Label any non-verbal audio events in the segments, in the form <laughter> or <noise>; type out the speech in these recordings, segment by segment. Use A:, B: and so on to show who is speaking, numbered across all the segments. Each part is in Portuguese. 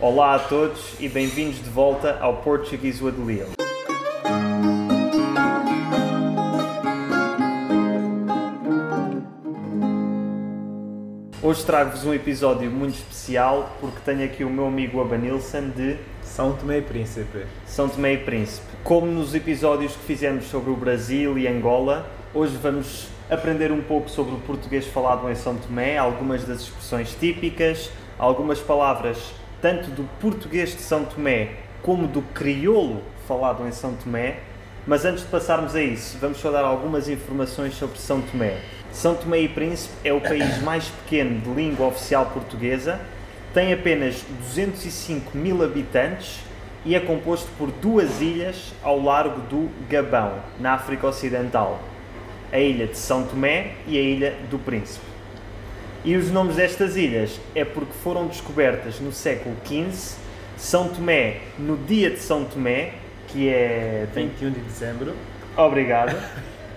A: Olá a todos e bem-vindos de volta ao Portuguese with Leo. Hoje trago-vos um episódio muito especial porque tenho aqui o meu amigo Abanilson de
B: São Tomé e Príncipe.
A: São Tomé e Príncipe. Como nos episódios que fizemos sobre o Brasil e Angola, hoje vamos aprender um pouco sobre o português falado em São Tomé, algumas das expressões típicas, algumas palavras tanto do português de São Tomé como do crioulo falado em São Tomé. Mas antes de passarmos a isso, vamos só dar algumas informações sobre São Tomé. São Tomé e Príncipe é o país mais pequeno de língua oficial portuguesa, tem apenas 205 mil habitantes e é composto por duas ilhas ao largo do Gabão, na África Ocidental: a ilha de São Tomé e a ilha do Príncipe. E os nomes destas ilhas é porque foram descobertas no século XV, São Tomé no dia de São Tomé, que é.
B: 21 de dezembro.
A: Obrigado.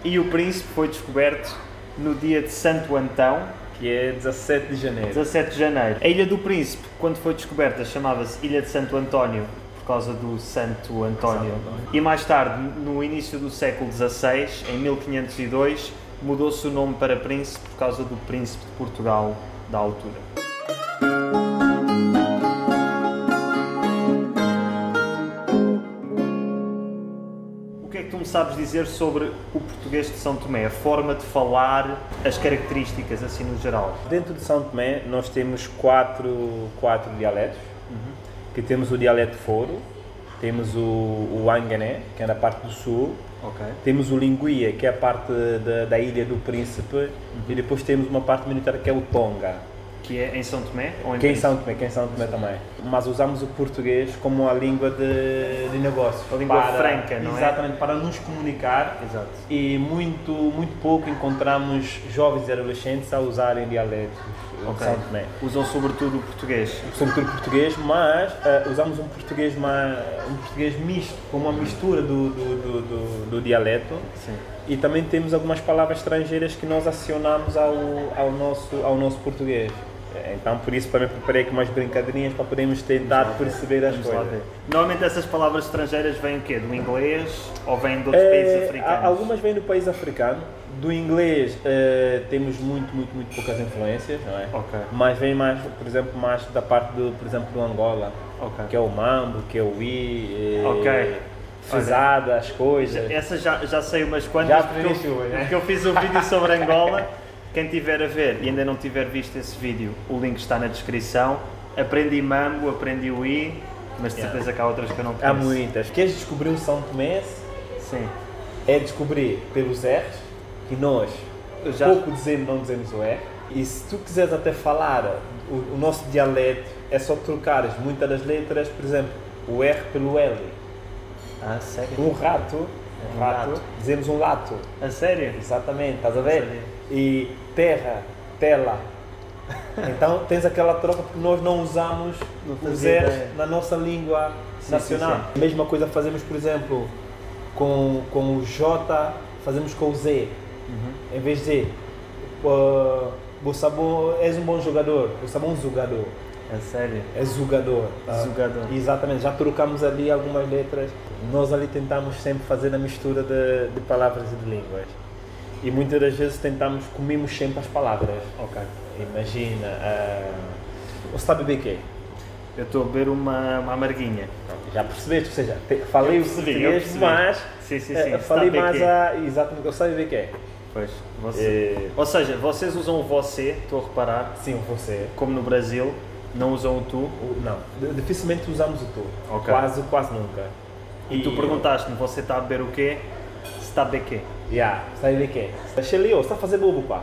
A: E o Príncipe foi descoberto no dia de Santo Antão,
B: Que é 17 de janeiro.
A: 17 de janeiro. A Ilha do Príncipe, quando foi descoberta, chamava-se Ilha de Santo António, por causa do Santo António.
B: Santo António.
A: E mais tarde, no início do século XVI, em 1502, mudou-se o nome para Príncipe por causa do Príncipe de Portugal da altura. O que é que tu me sabes dizer sobre o português de São Tomé? A forma de falar, as características, assim no geral?
B: Dentro de São Tomé nós temos quatro, quatro dialetos. Que temos o dialeto Foro, temos o, o Angané, que é na parte do sul,
A: Ok.
B: temos o Linguia, que é a parte da, da ilha do Príncipe,
A: Uhum.
B: e depois temos uma parte militar que é o Tonga.
A: Que é em São Tomé? Ou em
B: Quem
A: Príncipe?
B: São Tomé, quem São Tomé também. Mas usamos o português como a língua de, de negócios. A
A: língua franca, não é?
B: Exatamente, para nos comunicar.
A: Exato.
B: E muito, muito pouco encontramos jovens e adolescentes a usarem dialetos de
A: Ok.
B: São Tomé.
A: Usam sobretudo o português.
B: Sobretudo português, mas eh, usamos um português, mais, um português misto, com uma mistura do, do, do, do- do dialeto.
A: Sim.
B: E também temos algumas palavras estrangeiras que nós acionamos ao, ao, nosso, ao nosso português. Eh, Então, por isso, também preparei aqui umas brincadeirinhas para podermos tentar perceber as
A: Vamos lá ver.
B: coisas.
A: Normalmente essas palavras estrangeiras vêm o quê? Do inglês ou vêm de outros países
B: Eh,
A: africanos?
B: há- algumas vêm do país africano. Do inglês eh, temos muito, muito, muito poucas influências, não é?
A: Ok.
B: Mas vem mais, por exemplo, mais da parte do, por exemplo, do Angola,
A: Ok.
B: que é o mambo, que é o i, eh,
A: Ok. É,
B: fezada, as coisas.
A: Essas já, já sei umas quantas
B: Já
A: porque,
B: aprendeste
A: eu,
B: hoje, né?
A: porque eu fiz um vídeo sobre Angola. Quem tiver a ver e ainda não tiver visto esse vídeo, o link está na descrição. Aprendi mambo, aprendi o i, mas de
B: Yeah.
A: certeza que há outras que eu não conheço.
B: Há muitas. Queres descobrir o São Tomé?
A: Sim.
B: é descobrir pelos erros que nós
A: Eu já-
B: pouco dizemos, não dizemos o R. E se tu quiseres até falar o, o nosso dialeto, é só trocares muitas das letras, por exemplo, o R pelo L.
A: Ah, sério?
B: Um rato, um
A: Um
B: rato,
A: rato.
B: dizemos um lato.
A: A sério?
B: Exatamente, estás a
A: Sabia.
B: ver? E terra,
A: <laughs>
B: tela. Então tens aquela troca porque nós não usamos
A: Não
B: os
A: fazia
B: erros
A: ideia.
B: na nossa língua
A: Sim,
B: nacional.
A: sim,
B: A mesma coisa fazemos, por exemplo, com, com o J, fazemos com o Z.
A: Uhum.
B: Em vez de uh, Bossabon, és um bom jogador, Bossabon jogador,
A: A sério?
B: é jogador.
A: Jogador.
B: Exatamente, já trocamos ali algumas letras. Nós ali tentamos sempre fazer a mistura de, de palavras e de línguas. E muitas das vezes tentamos, comemos sempre as palavras.
A: Ok.
B: Imagina, ah, você sabe bem quê?
A: Eu estou a beber uma, uma amarguinha.
B: Já percebeste, ou seja, te- falei
A: Eu
B: o
A: percebi, eu
B: português,
A: percebi.
B: mas
A: Sim, sim,
B: eh,
A: sim,
B: falei
A: sabe
B: mais
A: quê?
B: a... Exatamente, eu sabe bem quê?
A: é? Pois, você. Eh, Ou seja, vocês usam o você, estou a reparar,
B: Sim, você.
A: como no Brasil, não usam o tu.
B: O- Não, d- dificilmente usamos o tu.
A: Ok.
B: Quase, quase nunca.
A: E, tu perguntaste-me, você está a beber o quê? Se está a beber quê?
B: Yeah, sabe bem quê? Xelio, você está a fazer bobo, pá.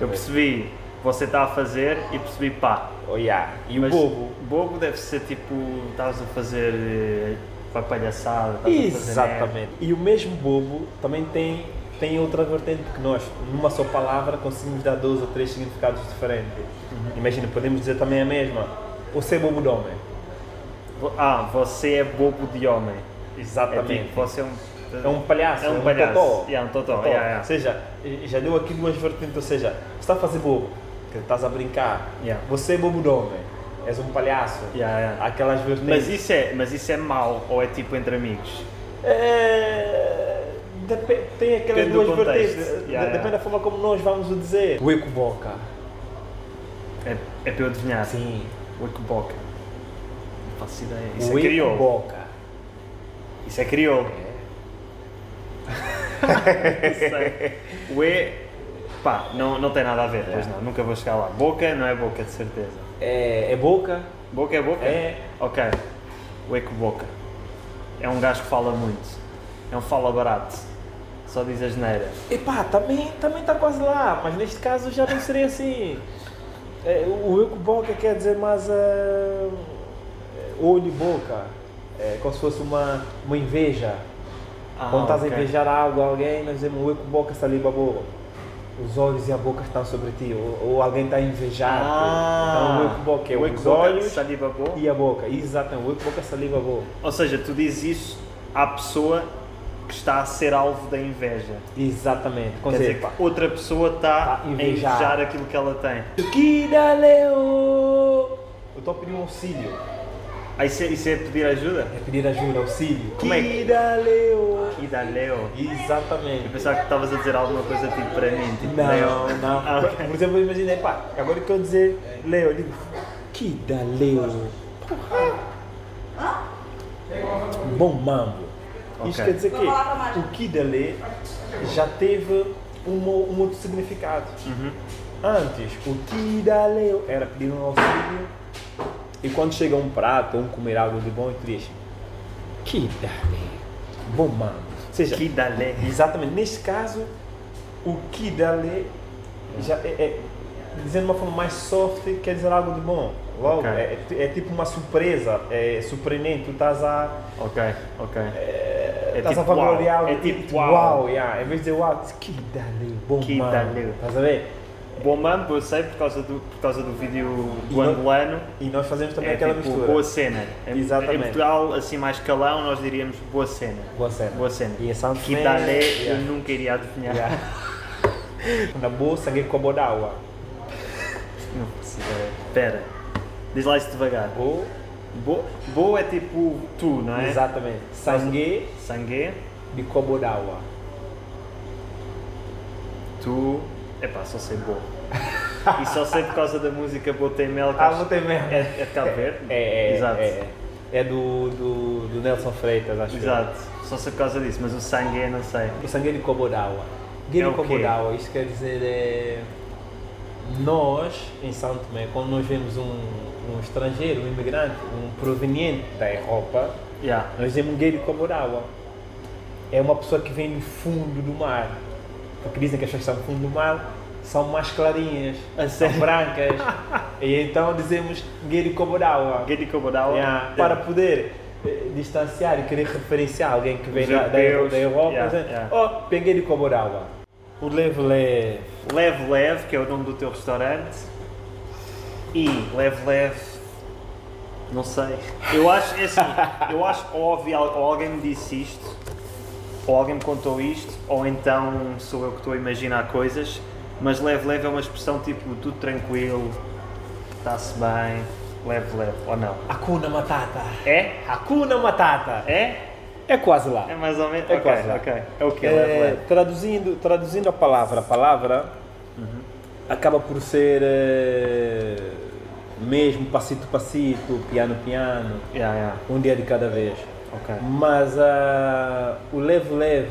A: Eu percebi, você está a fazer e percebi pá.
B: Oh, yeah. E o
A: Mas
B: bobo?
A: Bobo deve ser tipo, estás a fazer eh, uma palhaçada, estás a fazer.
B: Exatamente. E o mesmo bobo também tem, tem outra vertente, porque nós, numa só palavra, conseguimos dar dois ou três significados diferentes.
A: Uhum.
B: Imagina, podemos dizer também a mesma. Você é bobo de homem.
A: merda. Ah, você é bobo de homem. É
B: Exatamente.
A: tipo, você é um.
B: É um palhaço,
A: É um
B: é um
A: palhaço.
B: totó.
A: Yeah, um totó,
B: Totó.
A: yeah, yeah.
B: Ou seja, já deu aqui duas vertentes, ou seja, você está a fazer bobo, que estás a brincar.
A: Yeah.
B: Você é bobo de homem. és um palhaço.
A: Yeah, yeah.
B: Aquelas vertentes.
A: Mas isso, é, mas isso é mau ou é tipo entre amigos?
B: É, depe- tem aquelas
A: Depende do
B: duas
A: contexto.
B: vertentes.
A: Yeah,
B: De-
A: yeah.
B: Depende da forma como nós vamos o dizer. O equivoca.
A: É, é para eu adivinhar.
B: Sim.
A: Wikiboca. Não faço ideia. Isso
B: O
A: é crioulo.
B: equivoca.
A: Isso é crioulo. Não sei. <laughs> O E. Pá, não, não tem nada a ver, pois não, nunca vou chegar lá. Boca não é boca, de certeza.
B: É, é boca.
A: Boca é boca?
B: É.
A: Ok. O Eco Boca. É um gajo que fala muito. É um fala barato. Só diz as neiras.
B: Epá, também, também tá quase lá, mas neste caso já não seria assim. É, o equivoca quer dizer mais é, olho e boca. É como se fosse uma, uma inveja.
A: Ah,
B: Quando estás
A: ok.
B: a invejar algo, alguém, nós dizemos o boca saliva boa. Os olhos e a boca estão sobre ti, ou, ou alguém está a invejar.
A: Ah,
B: então o boca é
A: o
B: os
A: eco-boca
B: olhos
A: saliva boa.
B: e a boca. Exatamente, o boca saliva boa.
A: Ou seja, tu dizes isso à pessoa que está a ser alvo da inveja.
B: Exatamente. Com
A: Quer dizer,
B: certeza.
A: que outra pessoa está
B: Tá
A: a
B: a invejar.
A: invejar aquilo que ela tem.
B: Que daleo! Eu estou a pedir um auxílio.
A: Ah, isso é, isso é pedir ajuda?
B: É pedir ajuda, auxílio.
A: Como é que-
B: Que daleo!
A: E da Leo. Eu
B: Exatamente.
A: pensava que estavas a dizer alguma coisa tipo para mim, tipo Leo.
B: Não, não.
A: Ah, ok.
B: Por exemplo, eu imaginei, pá, agora que eu dizer Leo, eu digo, que da Leo. Bom mambo. Isso
A: Ok.
B: quer dizer que
C: Uma palavra mágica.
B: o que da Leo já teve um, ou- um outro significado.
A: Uhum.
B: Antes, o que da Leo era pedir um auxílio. E quando chega um prato, um comer algo de bom e triste, que da Leo. Bom mambo. Ou seja,
A: Que da Leo.
B: Exatamente. Neste caso, o que dali já é, é- dizendo de uma forma mais soft quer dizer algo de bom. Logo,
A: Ok.
B: é, é- é tipo uma surpresa, é surpreendente, tu estás a,
A: Ok, ok.
B: é,
A: É
B: estás
A: tipo
B: a vangloriar
A: uau,
B: algo,
A: é tipo
B: uau,
A: uau.
B: yeah. em vez de dizer uau, diz, que dali, bom
A: Que
B: mano.
A: dali.
B: Estás a ver?
A: Bom mambo, eu sei por causa do, por causa do vídeo
B: E
A: do
B: não-
A: angolano.
B: E nós fazemos também
A: É
B: aquela
A: tipo
B: mistura.
A: boa cena. Em-
B: Exatamente.
A: Em Portugal, assim mais calão, nós diríamos boa cena.
B: Boa cena.
A: Boa cena.
B: E a sound
A: que
B: man,
A: da Leo eu
B: yeah.
A: nunca iria adivinhar.
B: Yeah. <laughs> Na bolsa, sangue cobodawa.
A: Não precisa. Espera. Diz lá isso devagar.
B: Ou,
A: Bo, bo é tipo tu, não é?
B: exatamente, sangue
A: Sangue,
B: de cobodawa.
A: tu. Epá, só sei bo. e só sei por causa da música Botei Mel. que
B: Ah,
A: acho-
B: botei mel.
A: É, é de Cabo Verde?
B: É, é,
A: Exato.
B: é, é do, do, do Nelson Freitas, acho
A: Exato. Só sei por causa disso, mas o sangue não sei.
B: que é. O sangue de Cobodawa. Guia
A: É o
B: de
A: quê?
B: Cobodawa, isso quer dizer é... Nós, em São Tomé, quando nós vemos um, um estrangeiro, um imigrante, um proveniente da Europa,
A: Yeah.
B: nós dizemos guia de Cobodawa. É uma pessoa que vem do fundo do mar. Porque dizem que as pessoas que estão no fundo do mar são mais clarinhas,
A: A
B: são
A: sério? <laughs>
B: brancas. e então dizemos guia de Cobodawa.
A: Gedi Kobodawa.
B: Yeah, para poder eh, distanciar e querer referenciar alguém que vem
A: Os
B: da, da,
A: europeus,
B: da Europa,
A: yeah,
B: dizendo,
A: yeah.
B: oh, peguei de Comorawa. O é levo leve.
A: Leve Leve, que é o nome do teu restaurante. E Leve Leve. Não sei. Eu acho, é
B: <laughs>
A: assim, eu acho ou, ouvi, al- ou alguém me disse isto, ou alguém me contou isto, ou então sou eu que estou a imaginar coisas, mas leve leve é uma expressão tipo tudo tranquilo, está-se bem, leve leve, ou não?
B: Hakuna Matata.
A: É?
B: Hakuna Matata.
A: É?
B: É quase lá.
A: É mais ou menos?
B: É
A: ok,
B: quase lá.
A: ok. É o que?
B: É,
A: leve leve.
B: traduzindo, traduzindo a palavra, a palavra
A: Uhum.
B: acaba por ser eh, mesmo passito passito, piano piano,
A: Yeah, yeah.
B: um dia de cada vez.
A: Ok.
B: Mas ah, o leve-leve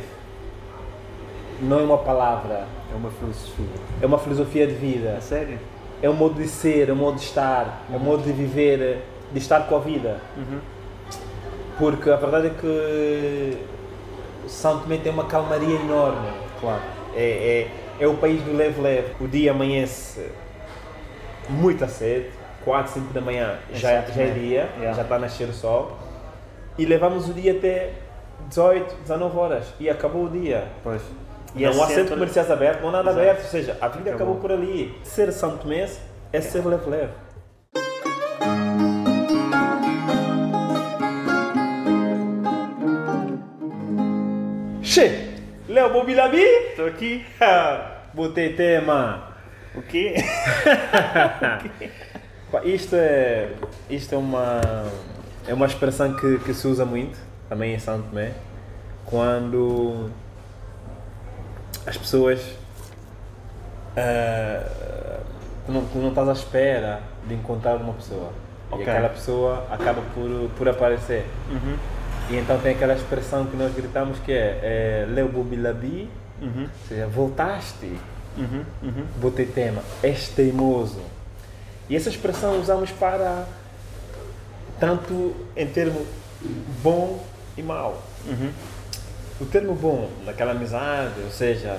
B: não é uma palavra,
A: É uma filosofia.
B: é uma filosofia de vida,
A: A sério?
B: é um modo de ser, é um modo de estar, é um modo de viver, de estar com a vida.
A: Uhum.
B: Porque a verdade é que São Tomé tem uma calmaria enorme.
A: Claro.
B: É, é, é o país do leve-leve. O dia amanhece muito cedo, 4, 5 da manhã
A: É
B: já,
A: São
B: já é
A: Tomé.
B: dia,
A: Yeah.
B: já está a nascer o sol. E levamos o dia até 18, 19 horas e acabou o dia.
A: Pois.
B: E não há centro comerciais aberto, não há nada
A: Exato.
B: aberto, ou seja, a vida
A: Acabou.
B: acabou, por ali. Ser São Tomé é ser leve-leve. Che! Léo Bobilabi!
A: Estou aqui. <laughs>
B: Botei tema!
A: O quê?
B: Pá, Isto é, isto é, uma, é uma expressão que, que se usa muito, também em São Tomé, quando as pessoas. ah, tu, não, tu não estás à espera de encontrar uma pessoa.
A: Ok.
B: E aquela pessoa acaba por, por aparecer.
A: Uhum.
B: E então tem aquela expressão que nós gritamos que é, é Leu Bubilabi,
A: Uhum.
B: ou seja, voltaste
A: Uhum. Uhum.
B: botei tema, és teimoso. E essa expressão usamos para tanto em termo bom e mau.
A: Uhum.
B: O termo bom, naquela amizade, ou seja,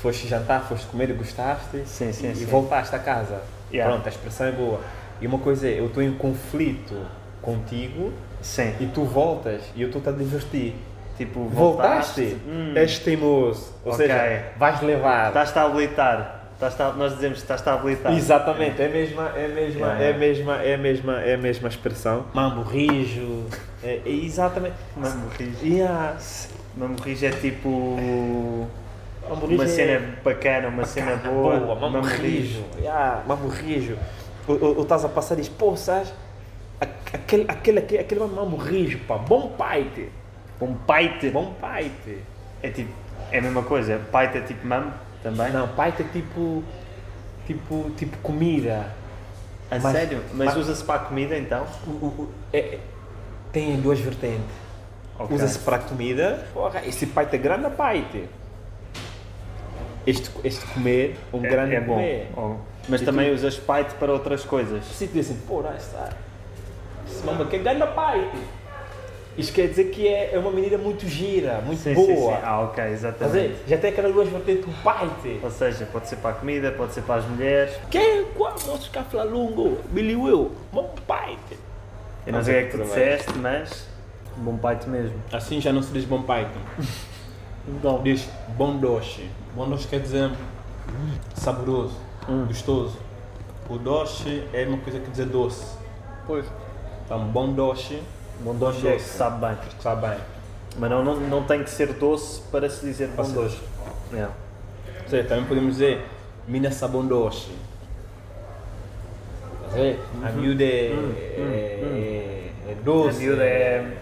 B: foste jantar, foste comer e gostaste
A: Sim, sim,
B: e
A: sim.
B: voltaste a casa.
A: Yeah.
B: Pronto, a expressão é boa. E uma coisa é, eu estou em conflito contigo
A: Sim.
B: e tu voltas e eu estou-te a divertir.
A: Tipo,
B: Voltaste,
A: Hum.
B: és teimoso. Ou
A: Ok.
B: seja, vais levar.
A: Estás-te a habilitar. Estás-te a- Nós dizemos que estás-te a habilitar.
B: Exatamente, é a mesma, é a mesma,
A: Yeah,
B: é a
A: yeah.
B: mesma, é a mesma, é a mesma expressão. Mambo rijo. É, é exatamente.
A: Mambo rijo.
B: Yeah.
A: Mambo rijo é tipo.
B: Mambo rijo
A: Uma
B: é-
A: cena bacana, uma cena boa.
B: mambo rijo. Yeah, mambo rijo. Ou- Ou ou estás a passar e diz, pô, sabes? aque- Aquele, aquele, aquele, aquele é mambo rijo, pá. Bom paite.
A: Um paite.
B: Bom paite.
A: É tipo. É a mesma coisa. Paite é tipo mambo também.
B: Não, paite é tipo, tipo, tipo comida.
A: A
B: Mas-
A: sério? Mas,
B: mas-
A: usa-se para a comida então?
B: O- o- o- é- é- tem duas vertentes.
A: Ok.
B: Usa-se para a comida. Porra, esse paite é grande paite. Este, este comer, um
A: É-
B: grande
A: é bom.
B: comer.
A: Oh. Mas
B: E
A: também usas paite para outras coisas.
B: Se tu diz assim, porra, essa, esse mamba aqui é grande paite. Isto quer dizer que é, é uma menina muito gira, muito
A: Sim, sim,
B: boa.
A: sim. Ah, ok,
B: Quer
A: exatamente.
B: dizer, já tem aquelas duas vertentes, um paite.
A: Ou seja, pode ser para a comida, pode ser para as mulheres.
B: Que? é Qual? Nosso caflalungo, Billy Will, um paite.
A: Eu não
B: Mas
A: sei o
B: é
A: que é que tu
B: que trabalho.
A: disseste, mas. Bom paite mesmo.
B: Assim já não se diz bom paite.
A: Então.
B: Diz bom doce. Bom doce quer dizer saboroso, gostoso. O doce é uma coisa que diz doce.
A: Pois.
B: Então, bom doce,
A: Bom doce é que
B: Doce.
A: sabe bem.
B: sabe bem.
A: Mas não, não, não tem que ser doce para se dizer bom
B: ser
A: doce. É.
B: Ou seja, também podemos dizer mina sabão doce. Quer dizer, A miúda é,
A: Hum,
B: é- é doce.
A: A miúda é-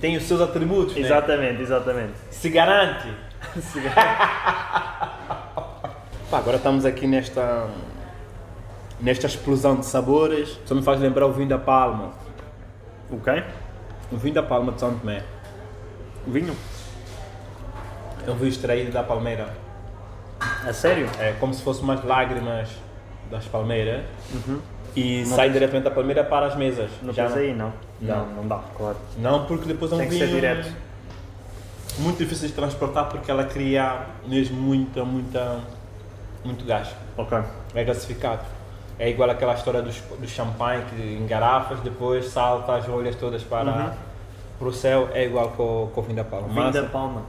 B: Tem os seus atributos, né?
A: Exatamente, exatamente.
B: Se garante. Pá, agora estamos aqui nesta hum, nesta explosão de sabores. Só me faz lembrar o vinho da Palma.
A: O quê?
B: O vinho da Palma de São Tomé.
A: Vinho?
B: É um vinho extraído da palmeira.
A: A sério?
B: É como se fossem umas lágrimas das palmeiras. E sai diretamente da palmeira para as mesas.
A: Uhum. Não
B: Já
A: tens aí, não?
B: Não.
A: não dá, claro.
B: Não, porque depois é um
A: Tem que
B: vinho
A: ser direto.
B: muito difícil de transportar porque ela cria mesmo muita, muita, muito gás.
A: Ok.
B: É gasificado. É igual aquela história dos, do champanhe que em garrafas, depois salta as rolhas todas para,
A: Uhum.
B: para o céu. É igual com, com o vinho da palma.
A: Vinho
B: Massa.
A: da Palma.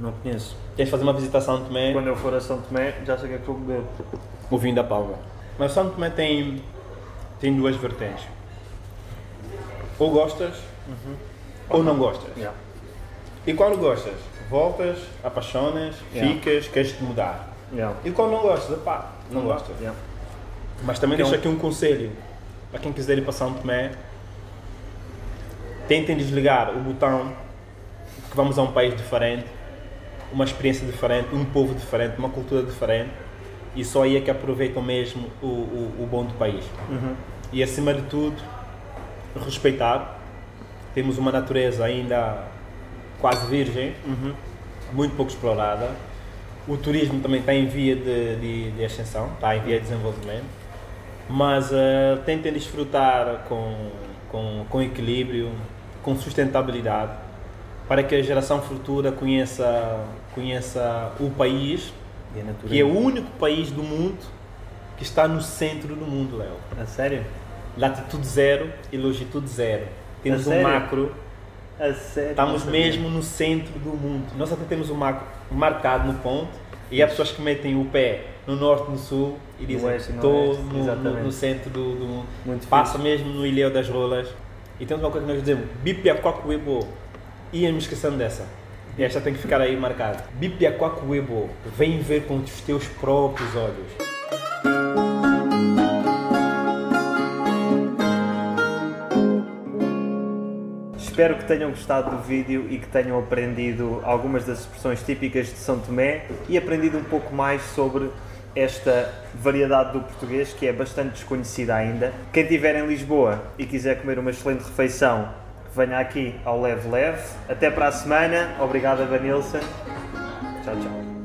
A: Não conheço.
B: Tens de fazer uma visitação também.
A: Quando eu for a São Tomé, já sei o que é que vou beber.
B: o vinho da palma. Mas São Tomé tem, tem duas vertentes. Ou gostas, ou não gostas.
A: Yeah.
B: E quando gostas, voltas, apaixonas,
A: Yeah.
B: ficas, queres te mudar.
A: Yeah.
B: E quando não gostas, pá, não
A: Uhum.
B: gostas.
A: Yeah.
B: Mas também
A: Então-
B: deixo aqui um conselho para quem quiser ir para São Tomé. Tentem desligar o botão que vamos a um país diferente, uma experiência diferente, um povo diferente, uma cultura diferente e só aí é que aproveitam mesmo o, o, o bom do país.
A: Uhum.
B: E acima de tudo, respeitar. Temos uma natureza ainda quase virgem,
A: Uhum.
B: muito pouco explorada. O turismo também está em via de, de, de ascensão, está em via de desenvolvimento. Mas eh, tentem desfrutar com, com, com equilíbrio, com sustentabilidade, para que a geração futura conheça, conheça o país,
A: E a natureza?
B: que é o único país do mundo que está no centro do mundo, Léo.
A: A sério?
B: Latitude zero e longitude zero. Temos
A: É
B: um
A: sério?
B: macro,
A: A sério? é.
B: estamos
A: Não sabia.
B: mesmo no centro do mundo. Nós até temos um macro marcado no ponto e há pessoas que metem o pé no norte, no sul e dizem
A: oeste e no
B: estou
A: oeste",
B: no, no-
A: exatamente.
B: no centro do, do mundo.
A: Muito
B: Passa mesmo no Ilhéu das Rolas. E temos uma coisa que nós dizemos, Bipiaquacuebo. Ia me esquecendo dessa. E esta tem que ficar aí marcada. Bipiaquacuebo, vem ver com os teus próprios olhos.
A: Espero que tenham gostado do vídeo e que tenham aprendido algumas das expressões típicas de São Tomé e aprendido um pouco mais sobre esta variedade do português que é bastante desconhecida ainda. Quem estiver em Lisboa e quiser comer uma excelente refeição, venha aqui ao Leve Leve. Até para a semana. Obrigado, Vanilson. Tchau, tchau.